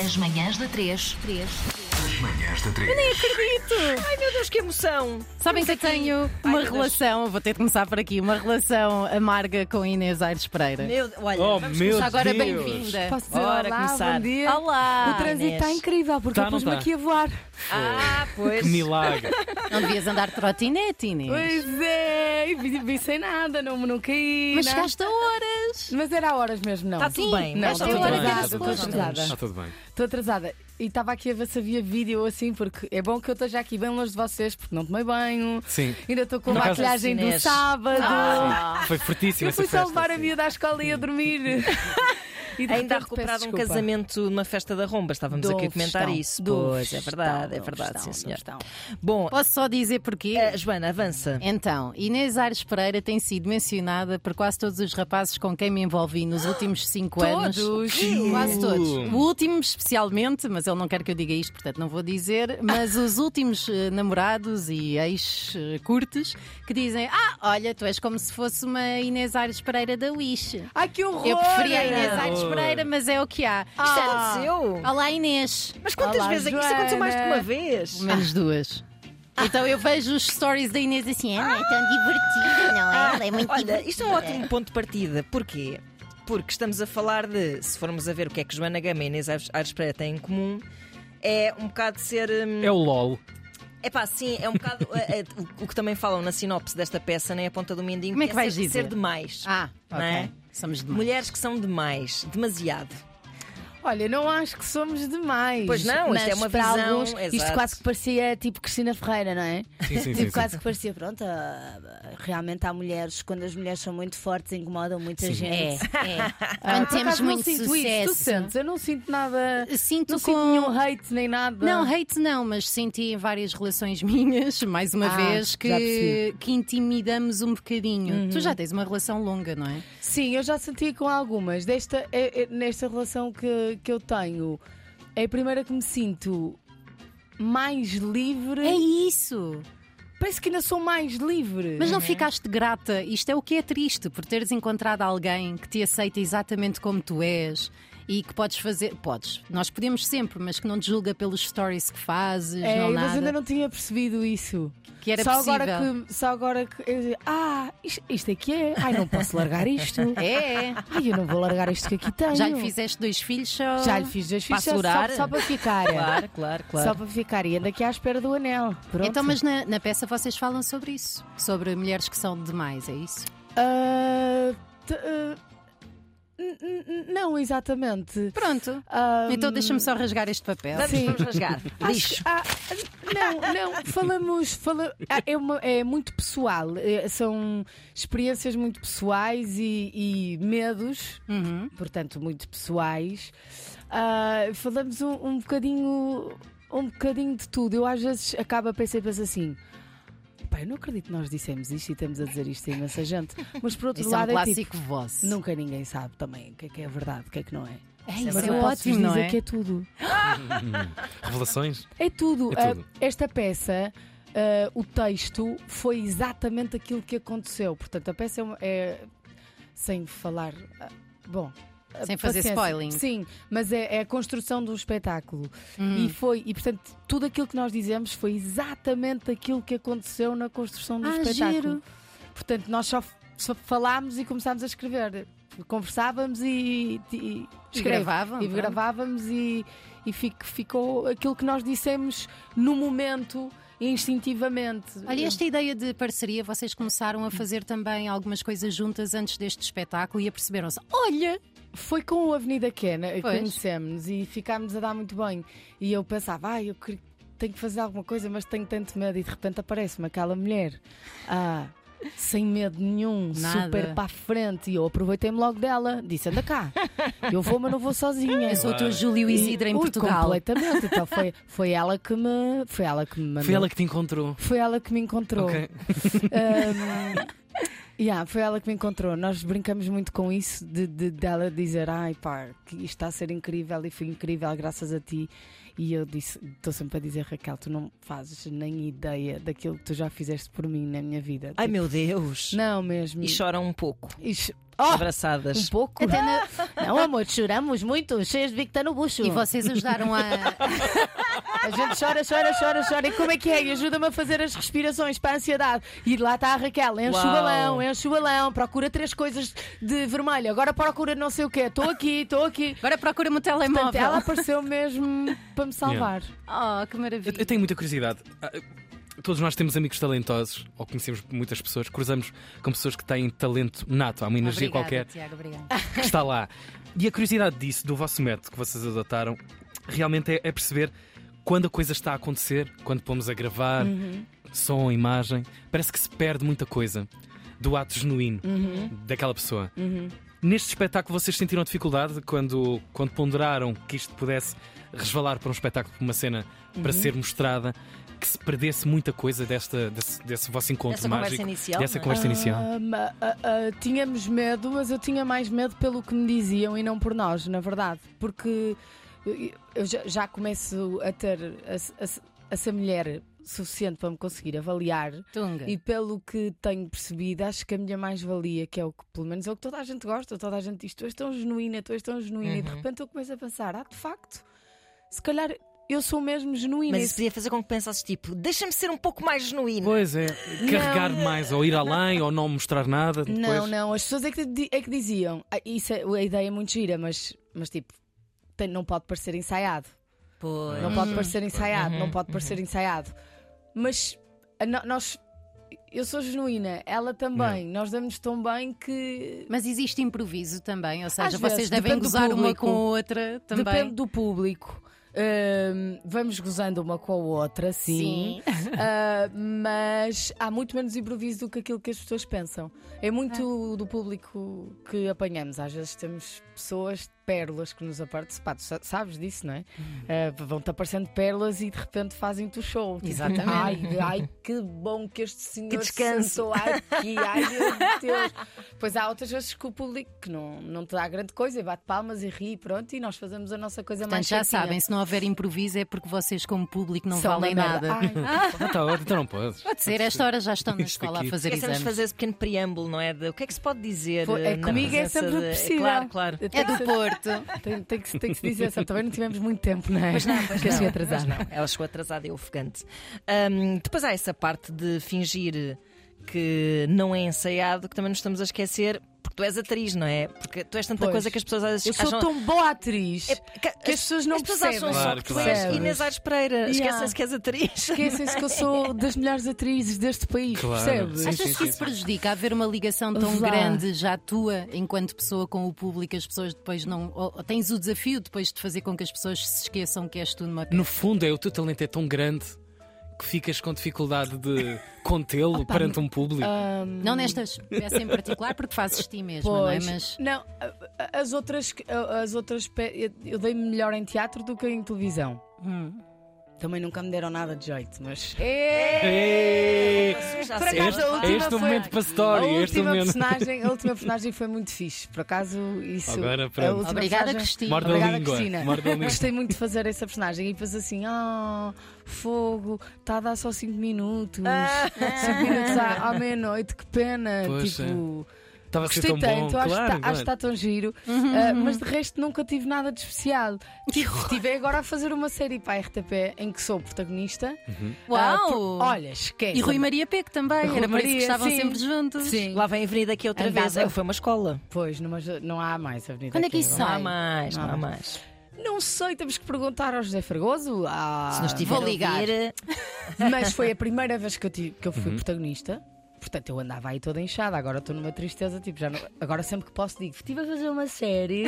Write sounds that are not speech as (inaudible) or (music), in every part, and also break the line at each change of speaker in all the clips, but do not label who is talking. As manhãs da 3.
As manhãs da
Nem
3.
acredito! Ai meu Deus, que emoção!
Sabem que eu tenho uma
Ai, meu Deus.
relação, vou ter de começar por aqui, uma relação amarga com Inês Aires Pereira.
Meu, olha,
Oh,
vamos
meu
começar
Agora
Deus.
bem-vinda.
Posso dizer
Bora
olá,
começar.
bom dia.
Olá!
o trânsito
Inês.
está incrível, porque
Tá,
eu
não
pus-me
tá?
aqui a voar.
Ah,
Que
pois. (laughs)
milagre.
Não devias andar de trotinete, Inês.
Pois é, e vi, vi sem nada, não, não caí.
Mas
não.
chegaste a horas.
Mas era a horas mesmo, não.
Está tudo bem,
Não,
mas
esta
estou
é a hora que era
atrasada, estou
suposto.
Está
atrasada.
tudo bem.
Estou atrasada. E estava aqui a ver se havia vídeo ou assim, porque é bom que eu esteja aqui bem longe de vocês, porque não tomei banho.
Sim.
Ainda estou com a
Por acaso-
maquilhagem do
Inês.
sábado.
Foi fortíssimo
eu
essa
fui
festa.
só levar a
sim.
miúda à escola e a
(laughs)
dormir. E de repente,
Ainda a
peço
recuperar um
desculpa.
casamento na festa da Romba, estávamos aqui a
Dove
comentar
estão,
isso.
dove
Pois, é verdade,
estão,
é verdade,
dove
sim,
estão,
senhor.
dove
Bom,
Posso só dizer porquê?
eh, Joana, avança.
Então, Inês Aires Pereira tem sido mencionada por quase todos os rapazes com quem me envolvi nos últimos cinco anos.
Todos?
Quase todos. O último, especialmente, mas ele não quer que eu diga isto, portanto não vou dizer. Mas os últimos eh, namorados e ex-curtes que dizem: Ah, olha, tu és como se fosse uma Inês Aires Pereira da Wish.
Ai que horror!
Eu preferia a Inês Aires Pereira, mas é o que há.
Ah. Isto aconteceu?
Olá, Inês.
Mas quantas
Olá,
vezes? Isto aconteceu mais de uma
Joana.
vez.
Menos duas.
Ah.
Então eu vejo os stories da Inês assim, ah, não é tão divertida, não
Ah.
é? Ela é muito
Olha, isto é um ótimo ponto de partida. Porquê? Porque estamos a falar de, se formos a ver o que é que Joana Gama e Inês Aires Aires Pereira têm em comum, é um bocado de ser. hum,
É o LOL.
É pá, sim, é um bocado (laughs) é, é, o- o que também falam na sinopse desta peça, nem a ponta do mindinho.
Como é que vais
ser,
dizer?
ser demais.
Ah,
Não
ok.
é?
Somos demais.
Mulheres que são demais, demasiado.
Olha, não acho que somos demais.
Pois não, isto
mas
é uma
para
visão,
Alguns,
exato.
isto quase que parecia tipo Cristina Ferreira, não é? (laughs)
Sim, sim,
Tipo,
sim.
quase que parecia, pronto, ah, realmente há mulheres, quando as mulheres são muito fortes, incomodam muita
É,
gente.
é.
Ah,
Quando
por
temos
acaso não
muito
sinto Isso. Tu
sucesso.
sentes? Eu não sinto nada.
Sinto
não
com.
sinto nenhum hate nem nada.
Não, hate não, mas senti em várias relações (laughs) minhas, mais uma
Ah,
vez,
já
que,
percebi. Uhum.
que intimidamos um bocadinho. Tu já tens uma relação longa, não é?
Sim, eu já senti com algumas. Desta, é- é- nesta relação que, que eu tenho, é a primeira que me sinto mais livre.
É isso!
Parece que ainda sou mais livre.
Mas não ficaste grata? Isto é o que é triste, por teres encontrado alguém que te aceita exatamente como tu és e que podes fazer. Podes, nós podemos sempre, mas que não te julga pelos stories que fazes,
é,
não
mas
nada.
ainda não tinha percebido isso.
Que era
só
possível.
agora que Só agora que. eu- ah, isto, isto aqui é. Ai, não posso largar isto.
(laughs) É, é.
Ai, eu não vou largar isto que aqui tenho.
Já lhe fizeste dois filhos? Só...
Já lhe fiz dois
Para
filhos só,
assegurar?
só para ficar.
Claro, claro,
É. Só para ficar. E anda aqui à espera do anel. Pronto.
Então, mas na, na peça vocês falam sobre isso, sobre mulheres que são demais, é isso?
Ah, t- ah, n- n- não, exatamente.
Pronto.
Ah,
Então deixa-me só rasgar este papel.
Vamos, vamos rasgar. Lixo.
Ah, não, não, falamos. Fala, ah, é, uma- é muito pessoal. é- são experiências muito pessoais e, e medos,
Uhum.
portanto, muito pessoais. Ah, falamos um, um bocadinho. Um bocadinho de tudo. Eu às vezes acabo a pensar e penso assim. Pá, eu não acredito que nós dissemos isto e estamos a dizer isto a imensa gente. Mas por outro
Isso é um
lado é tipo.
clássico vosso.
Nunca ninguém sabe também o que é que é verdade, o que é que não é.
É, isso
Mas
é
eu posso
ótimo,
dizer
não é?
que é tudo.
Revelações?
É tudo.
É tudo.
Ah, esta peça, ah, o texto, foi exatamente aquilo que aconteceu. Portanto, a peça é. uma- é- sem falar. ah, bom. ah,
Sem fazer
paciência.
spoiling.
Sim, mas é, é a construção de um espetáculo.
Hum.
E foi, e portanto, tudo aquilo que nós dizemos foi exatamente aquilo que aconteceu na construção do
Ah,
espetáculo.
giro.
Portanto, nós só, só falámos e começámos a escrever. Conversávamos e, e, e
E
escreve.
gravavam,
E
pronto.
gravávamos e, e fic- ficou aquilo que nós dissemos no momento, instintivamente.
Olha, esta ideia de parceria, vocês começaram a fazer também algumas coisas juntas antes deste espetáculo e aperceberam-se. Olha!
Eh, Foi com o Avenida Kena que
Pois.
conhecemos e ficámos a dar muito bem. E eu pensava, ai, eu queria- tenho que fazer alguma coisa, mas tenho tanto medo. E de repente aparece-me aquela mulher, ah, sem medo nenhum,
Nada.
super para a frente. E eu aproveitei-me logo dela, disse: anda cá, eu vou, mas não vou sozinha.
Eu sou o teu Júlio Isidro em
Ui,
Portugal.
Completamente. Então foi, foi ela que me. Foi ela que me mandou.
Foi ela que te encontrou.
Foi ela que me encontrou.
Ok.
Ahm, Yeah, foi ela que me encontrou. Nós brincamos muito com isso, de, de- dela dizer, ai pá, que isto está a ser incrível e foi incrível graças a ti. E eu disse, estou sempre a dizer, Raquel, tu não fazes nem ideia daquilo que tu já fizeste por mim na minha vida.
Ai
Tipo,
meu Deus!
Não mesmo.
E choram um pouco,
E cho- Oh, um
abraçadas.
pouco?
Até na- Não, amor, choramos muito, cheios de bico está no bucho.
E vocês ajudaram a.
(laughs) A gente chora, chora, chora, chora. E como é que é? E ajuda-me a fazer as respirações para a ansiedade. E lá está a Raquel, enche
Uau.
o balão, enche o balão, procura três coisas de vermelho, agora procura não sei o quê. Estou aqui, estou aqui.
Agora procura-me o
Portanto,
telemóvel.
ela apareceu mesmo para me salvar.
Oh, que maravilha.
Eu, eu tenho muita curiosidade. Ah, eu- Todos nós temos amigos talentosos, ou conhecemos muitas pessoas, cruzamos com pessoas que têm talento nato, há uma energia
Obrigada,
qualquer
Tiago, obrigada.
que está lá. E a curiosidade disso, do vosso método que vocês adotaram, realmente é, é perceber quando a coisa está a acontecer, quando pomos a gravar,
Uhum.
som, imagem, parece que se perde muita coisa do ato genuíno
Uhum.
daquela pessoa. Neste espetáculo vocês sentiram dificuldade quando, quando ponderaram que isto pudesse resvalar para um espetáculo, para uma cena para
Uhum.
ser mostrada, que se perdesse muita coisa desta, desse, desse vosso encontro
Dessa conversa
mágico,
inicial,
dessa
não é?
conversa inicial.
Ah, ma- ah, ah, tínhamos medo, mas eu tinha mais medo pelo que me diziam e não por nós, na verdade. Porque eu- eu já, já começo a ter a- a- a ser mulher suficiente para me conseguir avaliar. (laughs)
Tunga.
E pelo que tenho percebido, acho que a minha mais-valia, que é o que pelo menos é o que toda a gente gosta, toda a gente diz, tu és tão genuína, tu és tão genuína, e de repente eu começo a pensar, ah, de facto, se calhar eu sou mesmo genuína.
Mas
e
isso podia fazer com que pensasses tipo, deixa-me ser um pouco mais genuíno.
Pois é, carregar mais, ou ir além, ou não mostrar nada. Depois.
Não, não, as pessoas é que, di- é que diziam, "Ah, isso é- a ideia é muito gira, mas, mas tipo, tem- não pode parecer ensaiado.
Pois.
Não pode parecer ensaiado, não pode parecer ensaiado. Mas a no- nós, eu sou genuína, ela também, nós damos tão bem que
Mas existe improviso também, ou seja,
Às
vocês
vezes,
devem
depende do
gozar uma
público.
com a outra também.
Depende do público. Hum, vamos gozando uma com a outra, sim. (laughs) Ah, mas há muito menos improviso do que aquilo que as pessoas pensam. É muito do público que apanhamos. Às vezes temos pessoas, pérolas que nos apartam. Pá, tu sa- sabes disso, não é? Ah, Vão-te aparecendo pérolas e de repente fazem-te o show. Tipo,
Exatamente.
Ai, ai, que bom que este senhor
Que descanso.
sentou aqui. Ai, meu Deus. Pois há outras vezes que o público que não, não te dá grande coisa e bate palmas e ri, pronto, e nós fazemos a nossa coisa
Portanto,
mais
já
certinha.
sabem, se não houver improviso é porque vocês, como público, não
São uma
valem
merda.
nada. (laughs)
Ai, (laughs)
Ah, tá, ótimo, então não podes.
Pode ser, esta hora já estão na
Isto
escola
aqui.
a fazer
Esquecemos de
exames.
fazer esse pequeno preâmbulo, não é? De, o que é que se pode dizer?
pô, é,
eh, na
comigo é
presença
sempre
de-
possível.
Claro, claro.
Tem,
É do
que se-
Porto.
(laughs) tem, tem que, se- tem que se dizer, sabe? também não tivemos muito tempo, não é? Pois não, pois
não,
atrasar.
Não, ela chegou atrasada e ofegante. Hum, depois há essa parte de fingir que não é ensaiado, que também nos estamos a esquecer, porque tu és atriz, não é? Porque tu és tanta
Pois.
coisa que as pessoas acham.
Eu sou tão boa atriz.
É
que
que as pessoas não
as pessoas
percebem.
acham só
Claro,
que tu
claro.
és Inês Aires Pereira. Esquecem-se que és atriz.
Esquecem-se que eu sou das melhores atrizes deste país,
Claro.
percebes?
Sim,
Achas
sim,
que
sim,
isso
sim.
prejudica haver uma ligação tão
Vá.
grande já tua enquanto pessoa com o público? As pessoas depois não. ou- ou tens o desafio depois de fazer com que as pessoas se esqueçam que és tu numa peça.
No fundo, é o teu talento é tão grande que ficas com dificuldade de contê-lo perante um público.
Ah.
Não nestas peças em particular, porque fazes ti mesma, não é?
Pois.
Mas
Não, a- a- as outras, que- a- as outras pe- eu- eu dei-me melhor em teatro do que em televisão.
hum,
Também nunca me deram nada de jeito, mas. É!
É! Ei!
(laughs) Já
Por
sei.
acaso,
Este,
a última
este o
foi-
momento para a
A
story. Este é o
última,
momento.
personagem, a última personagem foi muito fixe. Por acaso, isso.
Agora,
a
pronto.
última
obrigada,
personagem-
Cristina.
Morda a
Obrigada,
língua.
Cristina.
Morda a língua.
Gostei muito de fazer essa personagem. E depois assim, ah, fogo, está a dar só 5 minutos.
Ah.
5 minutos à, à meia-noite, que pena.
Poxa.
Tipo,
Estava a ser
gostei
tão
tanto,
bom.
acho,
claro,
que está, acho que
claro.
tá está tão giro.
Uhum,
Ah, mas de resto nunca tive nada de especial. Tive- Estive agora a fazer uma série para a RTP em que sou protagonista.
Uhum.
Ah,
Uau!
por- olha, esquece.
E Rui Maria Peco também,
Rui
era por isso que
Maria,
estavam
sim.
sempre juntos.
Sim.
Lá vem a Avenida aqui outra
Andava.
vez. É que foi uma escola.
Pois, numa, não há mais avenida.
Quando é que
aqui,
isso
não
Não
há?
há
Ai,
mais, não
não.
há mais.
Não sei, temos que perguntar ao José Fragoso. à-
Se nos tiver
vou
a (laughs)
ligar.
ouvir,
Mas foi a primeira vez que eu, tive- que eu fui protagonista. Portanto, eu andava aí toda inchada, agora estou numa tristeza, tipo, já não- agora sempre que posso digo, estive a fazer uma
(laughs)
série,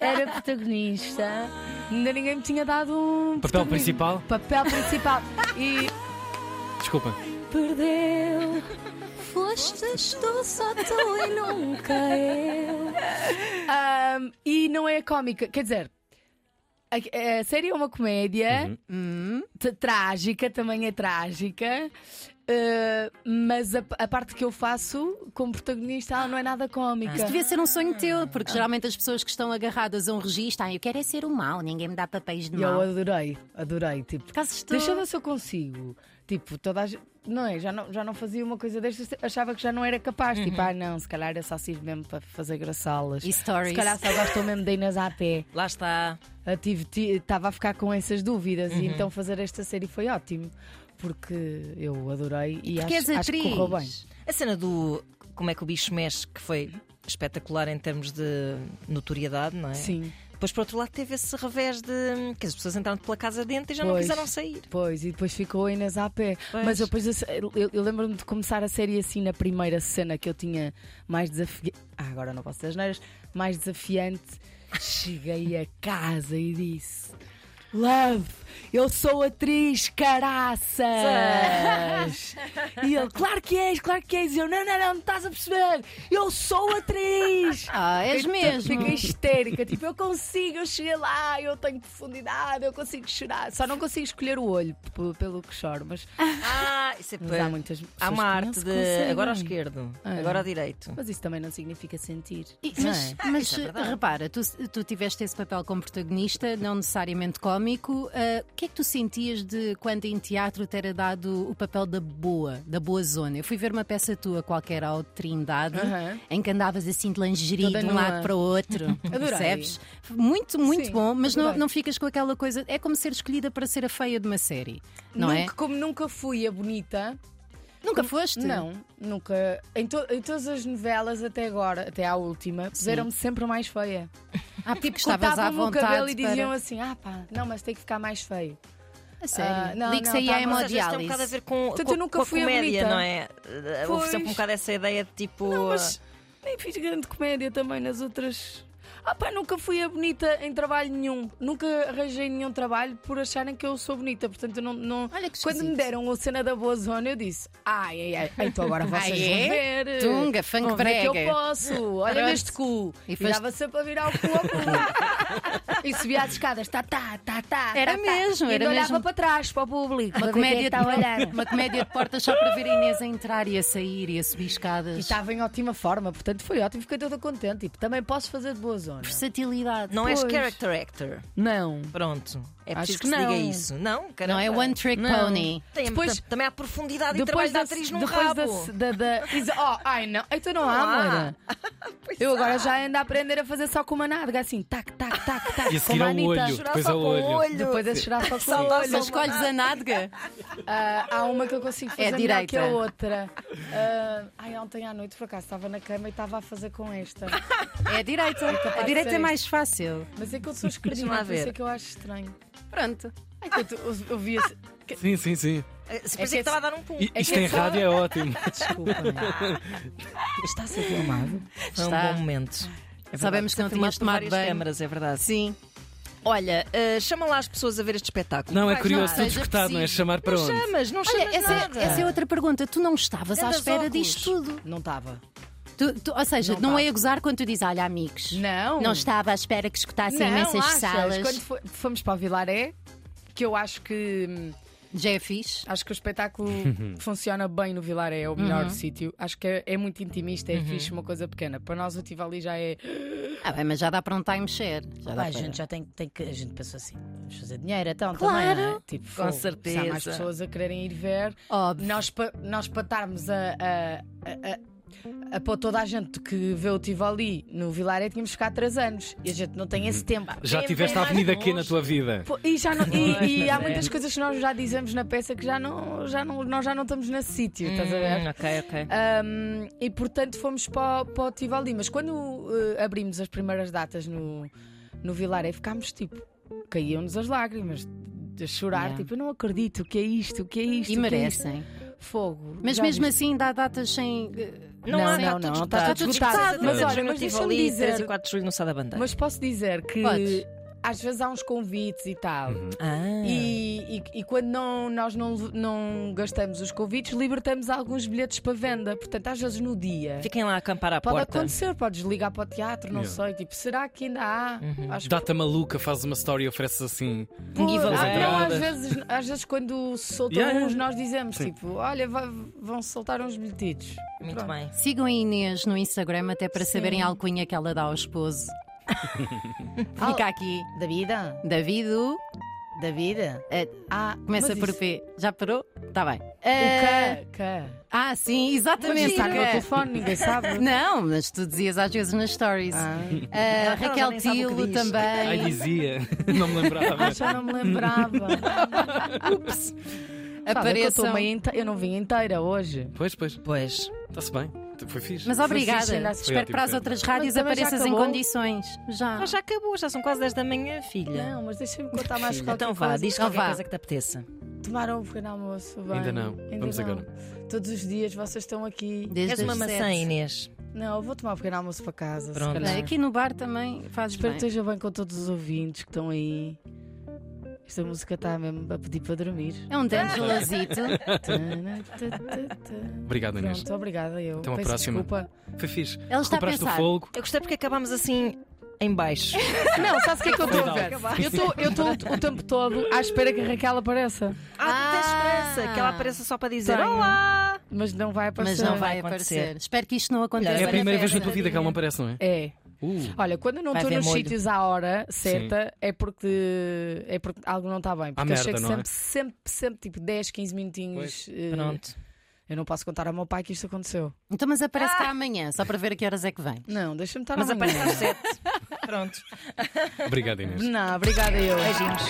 era protagonista, ainda ninguém me tinha dado
Papel
um protagonismo.
principal?
Papel principal. E
Desculpa.
perdeu.
Foste tu, só tu e nunca eu.
Ahm, e não é cómica, quer dizer,
Hum.
a, a série é uma comédia t- trágica, também é trágica, Uh, mas a, a parte que eu faço como protagonista ela não é nada cómica.
Isso devia ser um sonho
Ah.
teu, porque geralmente as pessoas que estão agarradas a um registro, ah, eu quero é ser o mau, ninguém me dá papéis de
E eu
mau.
adorei, adorei. Tipo,
Por acaso estou-
deixa eu ver se eu consigo. Tipo, toda a gente. Não é? Já não, já não fazia uma coisa destas, achava que já não era capaz. Tipo, ah, não, se calhar eu só sirvo mesmo para fazer graçolas.
Uhum. E stories.
Se calhar só gosto mesmo de Inês a pé.
Lá está.
Estava a ficar com essas dúvidas
Uhum.
e então fazer esta série foi ótimo. Porque eu adorei e
Porque és
acho, acho que
atriz.
correu bem.
A cena do Como é que o bicho mexe, que foi espetacular em termos de notoriedade, não é?
Sim.
Depois, por outro lado, teve esse revés de hum, que as pessoas entraram pela casa dentro e já não
Pois.
quiseram sair.
Pois, e depois ficou a Inês a pé.
Pois.
Mas depois eu, eu- eu lembro-me de começar a série assim na primeira cena que eu tinha mais desafiante. Ah, agora não posso dizer as neiras. Mais desafiante. Cheguei a casa e disse: Love, eu sou atriz, caraças! e ele, claro que és, claro que és. E eu, não, não, não, não estás a perceber. Eu sou atriz!
Ah, és mesmo.
Fiquei histérica, tipo, eu consigo, eu cheguei lá, eu tenho profundidade, eu consigo chorar. Só não consigo escolher o olho p- pelo que choro, mas,
Ah, isso é
mas
para-
há muitas pessoas
Há uma
que não
arte
se
de
conseguem.
agora ao esquerdo,
Ah.
agora ao direito.
Mas isso também não significa sentir.
E-
não
mas
é?
mas,
isso é verdade.
repara, tu, tu tiveste esse papel como protagonista, não necessariamente cómico. ah, O que é que tu sentias de quando em teatro ter dado o papel da boa, da boa zona? Eu fui ver uma peça tua qualquer ao Trindade,
Aham.
em que andavas assim de lingerie
Toda
de um
nua.
lado para o outro.
(laughs) Adorei.
Percebes? Muito, muito
Sim,
bom, mas não,
adorei.
não ficas com aquela coisa. É como ser escolhida para ser a feia de uma série, não
nunca,
é?
Como nunca fui a bonita,
Nunca foste?
não, nunca. Em, to- em todas as novelas até agora, até à última, puseram-me sempre mais feia.
Ah, tipo, estavas à
Cortavam-me o
vontade.
cabelo e diziam
para...
assim: ah pá, não, mas tem que ficar mais feio.
A
Ah,
sério.
não,
Ligue-se
não,
aí
Mas às vezes
à
tá bom.
tem um
é hemodiálise.
bocado a ver com,
Portanto,
com,
eu nunca
com a
fui a
comédia,
bonita.
não é? Eh, Houve
Pois.
sempre um bocado essa ideia de tipo.
Não, mas nem fiz grande comédia também nas outras. Ah pá, nunca fui a bonita em trabalho nenhum. Nunca arranjei nenhum trabalho por acharem que eu sou bonita. Portanto, eu não. não...
Olha que
Quando me
esquisito.
deram a cena da Boa Zona, eu disse: Ai, ai, ai, ai, então (laughs) agora vocês
Ai,
vão
é?
ver. eh,
Tunga, funk
vão ver que
brega.
eu posso. Olha
Pronto.
neste cu.
E
E
foste-
dava sempre a virar o cu ao cu. (laughs) e subia as escadas: tá, tá, tá, tá.
Era
tá, tá.
mesmo,
E
era
ainda olhava
mesmo.
para trás, para o público.
Uma
para ver quem
comédia,
é que estava a olhar.
de, uma comédia de portas só para ver a Inês a entrar e a sair e a subir escadas.
E tá estava em ótima forma, portanto foi ótimo, fiquei toda contente. Tipo, também posso fazer de boa zona.
Versatilidade.
Não és
Pois.
character actor.
Não.
Pronto. É
Acho
preciso
que
que, se diga
não.
isso. Não, caramba.
Não é one trick
Não.
pony.
Tem-
Depois-
tam- também há profundidade e trabalho da atriz num
depois
rabo. Eh,
da, da, da- Isa- oh, ai não, então não há,
Não há.
amor. Eu agora já ando a aprender a fazer só com uma nádega, assim, tac, tac, tac, tac,
E a seguir
como a
ao
Anitta.
olho, depois
só
ao
com o
olho.
olho.
Depois a chorar só com
Sim.
o olho.
Mas escolhes a nádega.
Ah, há uma que eu consigo fazer
É
melhor
direita.
que a outra. Ah, ai, ontem à noite, por acaso, estava na cama e estava a fazer com esta.
É a direita.
capaz
A
de
direita
ser
é mais fácil.
Mas é que eu
Deixa-me lá
sou escredinha, por isso
ver.
é que eu acho estranho.
Pronto.
Ai, que eu, eu, eu vi assim.
Sim, sim, sim.
Eh, Se
que
parecia que estava a dar um pum.
I- isto
que
em
só-
rádio é ótimo.
Desculpa. né? Está a ser filmado?
Foi um
Está.
bom momento. É verdade,
Sabemos que não
foi filmado
tinhas
por
tomado
várias
banho.
câmaras, é verdade.
Sim.
Olha, eh, chama lá as pessoas a ver este espetáculo.
Não, é
Faz
curioso,
nada.
tu despertado, não é? Chamar para
Não
onde?
chamas, não chamas
Olha, essa,
nada.
essa é outra pergunta. Tu não estavas à
Andas
espera
óculos.
disto tudo.
Não estava.
Tu- tu- ou seja, não,
Não
é
tava.
a gozar quando tu dizes, olha, amigos.
Não.
Não estava à espera que escutassem
Não,
Assim, imensas
achas?
salas.
Quando fo- fomos para o Vilaré, que eu acho que hum,
Já é fixe.
acho que o
(laughs)
espetáculo funciona bem no Vilaré, é o
Uhum.
melhor sítio. Acho que é, é muito intimista, é fixe, uma coisa pequena. Para nós o Tivoli já é.
Ah, bem, mas já dá para um time share. Já dá
a
para-
gente já tem, tem que. A gente pensou assim: vamos fazer dinheiro, então
Claro.
também. não é?
Tipo,
Com
fogo, Se há mais
certeza.
pessoas a quererem ir ver,
Óbvio.
nós para nós pa estarmos a. a, a- a- a pôr toda a gente que vê o Tivoli no Vilaré, tínhamos que ficar três anos e a gente não tem
Uhum.
esse tempo.
Já
Tem-
tiveste
tem
a
mais
avenida aqui na
gosto.
tua vida.
Pô, E, já não- e-
Pois,
e
pois
há
é.
muitas coisas que nós já dizemos na peça que já não, já não, nós já não estamos nesse sítio, estás a ver?
Hum, ok, ok.
Um, e portanto fomos para, o- para o Tivoli. Mas quando uh, abrimos as primeiras datas no, no Vilaré, ficámos tipo, caíam-nos as lágrimas. De chorar,
Yeah.
tipo, eu não acredito, o que é isto, o que é isto?
E
o que é
merecem.
isto?" Fogo.
Mas
Já
mesmo
viste?
assim dá datas sem.
Não,
há-
não,
está
não,
tudo
está tudo esgotado.
Tá, Mas
Mas olha,
olha,
mas
mas
deixa-me
ali
dizer-
3 e 4 de julho no Sá da Bandeira.
Mas posso dizer que
assim- Podes.
às vezes há uns convites e tal.
Ah,
E, e- e quando não, nós não, não gastamos os convites, libertamos alguns bilhetes para venda. Portanto, às vezes no dia.
Fiquem lá a acampar à
Pode
porta.
acontecer, podes ligar para o teatro, não
Yeah.
sei. Tipo, será que ainda há? Acho que
Data maluca, faz uma story e ofereces assim.
E vamos
ah, não,
entrar.
às vezes, às vezes quando se soltam
Yeah, yeah.
uns, nós dizemos
Sim.
tipo: Olha, va- vão soltar uns bilhetitos. E
Muito
pronto.
bem.
Sigam a Inês no Instagram até para saberem a alcunha que ela dá ao esposo. Fica aqui.
Davida?
Davido.
Davida?
eh,
Ah,
começa
mas
por
isso-
P. Já parou? Está bem. Eh,
O K.
ah, sim,
Mas
exatamente.
está no meu
K.
telefone, ninguém sabe.
Não, mas tu dizias às vezes nas stories.
Ah,
Eh,
Ela já
Raquel
nem sabe o que
Tilo
diz.
Ai,
também.
dizia. Não me lembrava.
ah, já não me lembrava. Sabe, é que eu, tô
Apareçam.
meio inte- eu não vim inteira hoje.
Pois, pois.
Pois.
Está-se bem. Foi fixe.
Mas
fixe, ainda
obrigada.
assim.
Espero que
Foi
para as
ótimo.
outras rádios
Mas também já
apareças em
acabou?
condições. Já.
Mas já acabou, já são quase 10 da manhã, filha.
Não, mas deixa-me contar mais
Filha,
qualquer
então vá,
coisa.
diz
Então
qualquer
vá.
coisa que te apeteça.
Tomaram um pequeno almoço. Bem.
Ainda não. Vamos
não.
agora.
Todos os dias vocês estão aqui.
Desde
És uma
as
maçã,
sete.
Inês.
Não, eu vou tomar um pequeno almoço para casa.
Pronto.
Se calhar.
Olha, Aqui no bar também fazes
Espero
bem.
que esteja bem com todos os ouvintes que estão aí. Esta música está mesmo a pedir para
(laughs)
dormir.
É um dangelosito.
Tana, ta, ta, ta.
Obrigado, Inês.
Pronto, obrigada. Eu
Até uma
peço
Então próxima.
desculpa.
Foi fixe.
Ela está a
Recuperaste
pensar.
o fogo.
Eu gostei porque acabámos assim em baixo.
Não, sabes o que é que eu estou a ver?
Cuidado.
Eu estou- Eu estou o tempo todo à espera que a Raquel apareça.
Ah, tu tens
Ah.
esperança que ela apareça só para dizer
Tenho.
Olá!
Mas não vai
Mas
aparecer.
não
Não vai
vai
acontecer.
aparecer. Espero que isto não aconteça.
É a
Ana
primeira vez na
Festa.
tua vida que ela não aparece, não é?
É.
(laughs)
Uh,
Olha, quando eu não
Vai
estou
ver
nos
molho.
sítios à hora certa, é porque é porque algo não está bem. Porque eu
merda,
chego
não
sempre,
é?
sempre, sempre, tipo 10, 15 minutinhos. eh,
Pronto.
Eu não posso contar ao meu pai que isto aconteceu.
Então, mas aparece cá amanhã, só para ver a que horas é que vem.
Não, deixa-me estar
Mas
amanhã.
aparece às 7. Pronto.
obrigado, Inês.
Não, obrigada eu.
Beijinhos.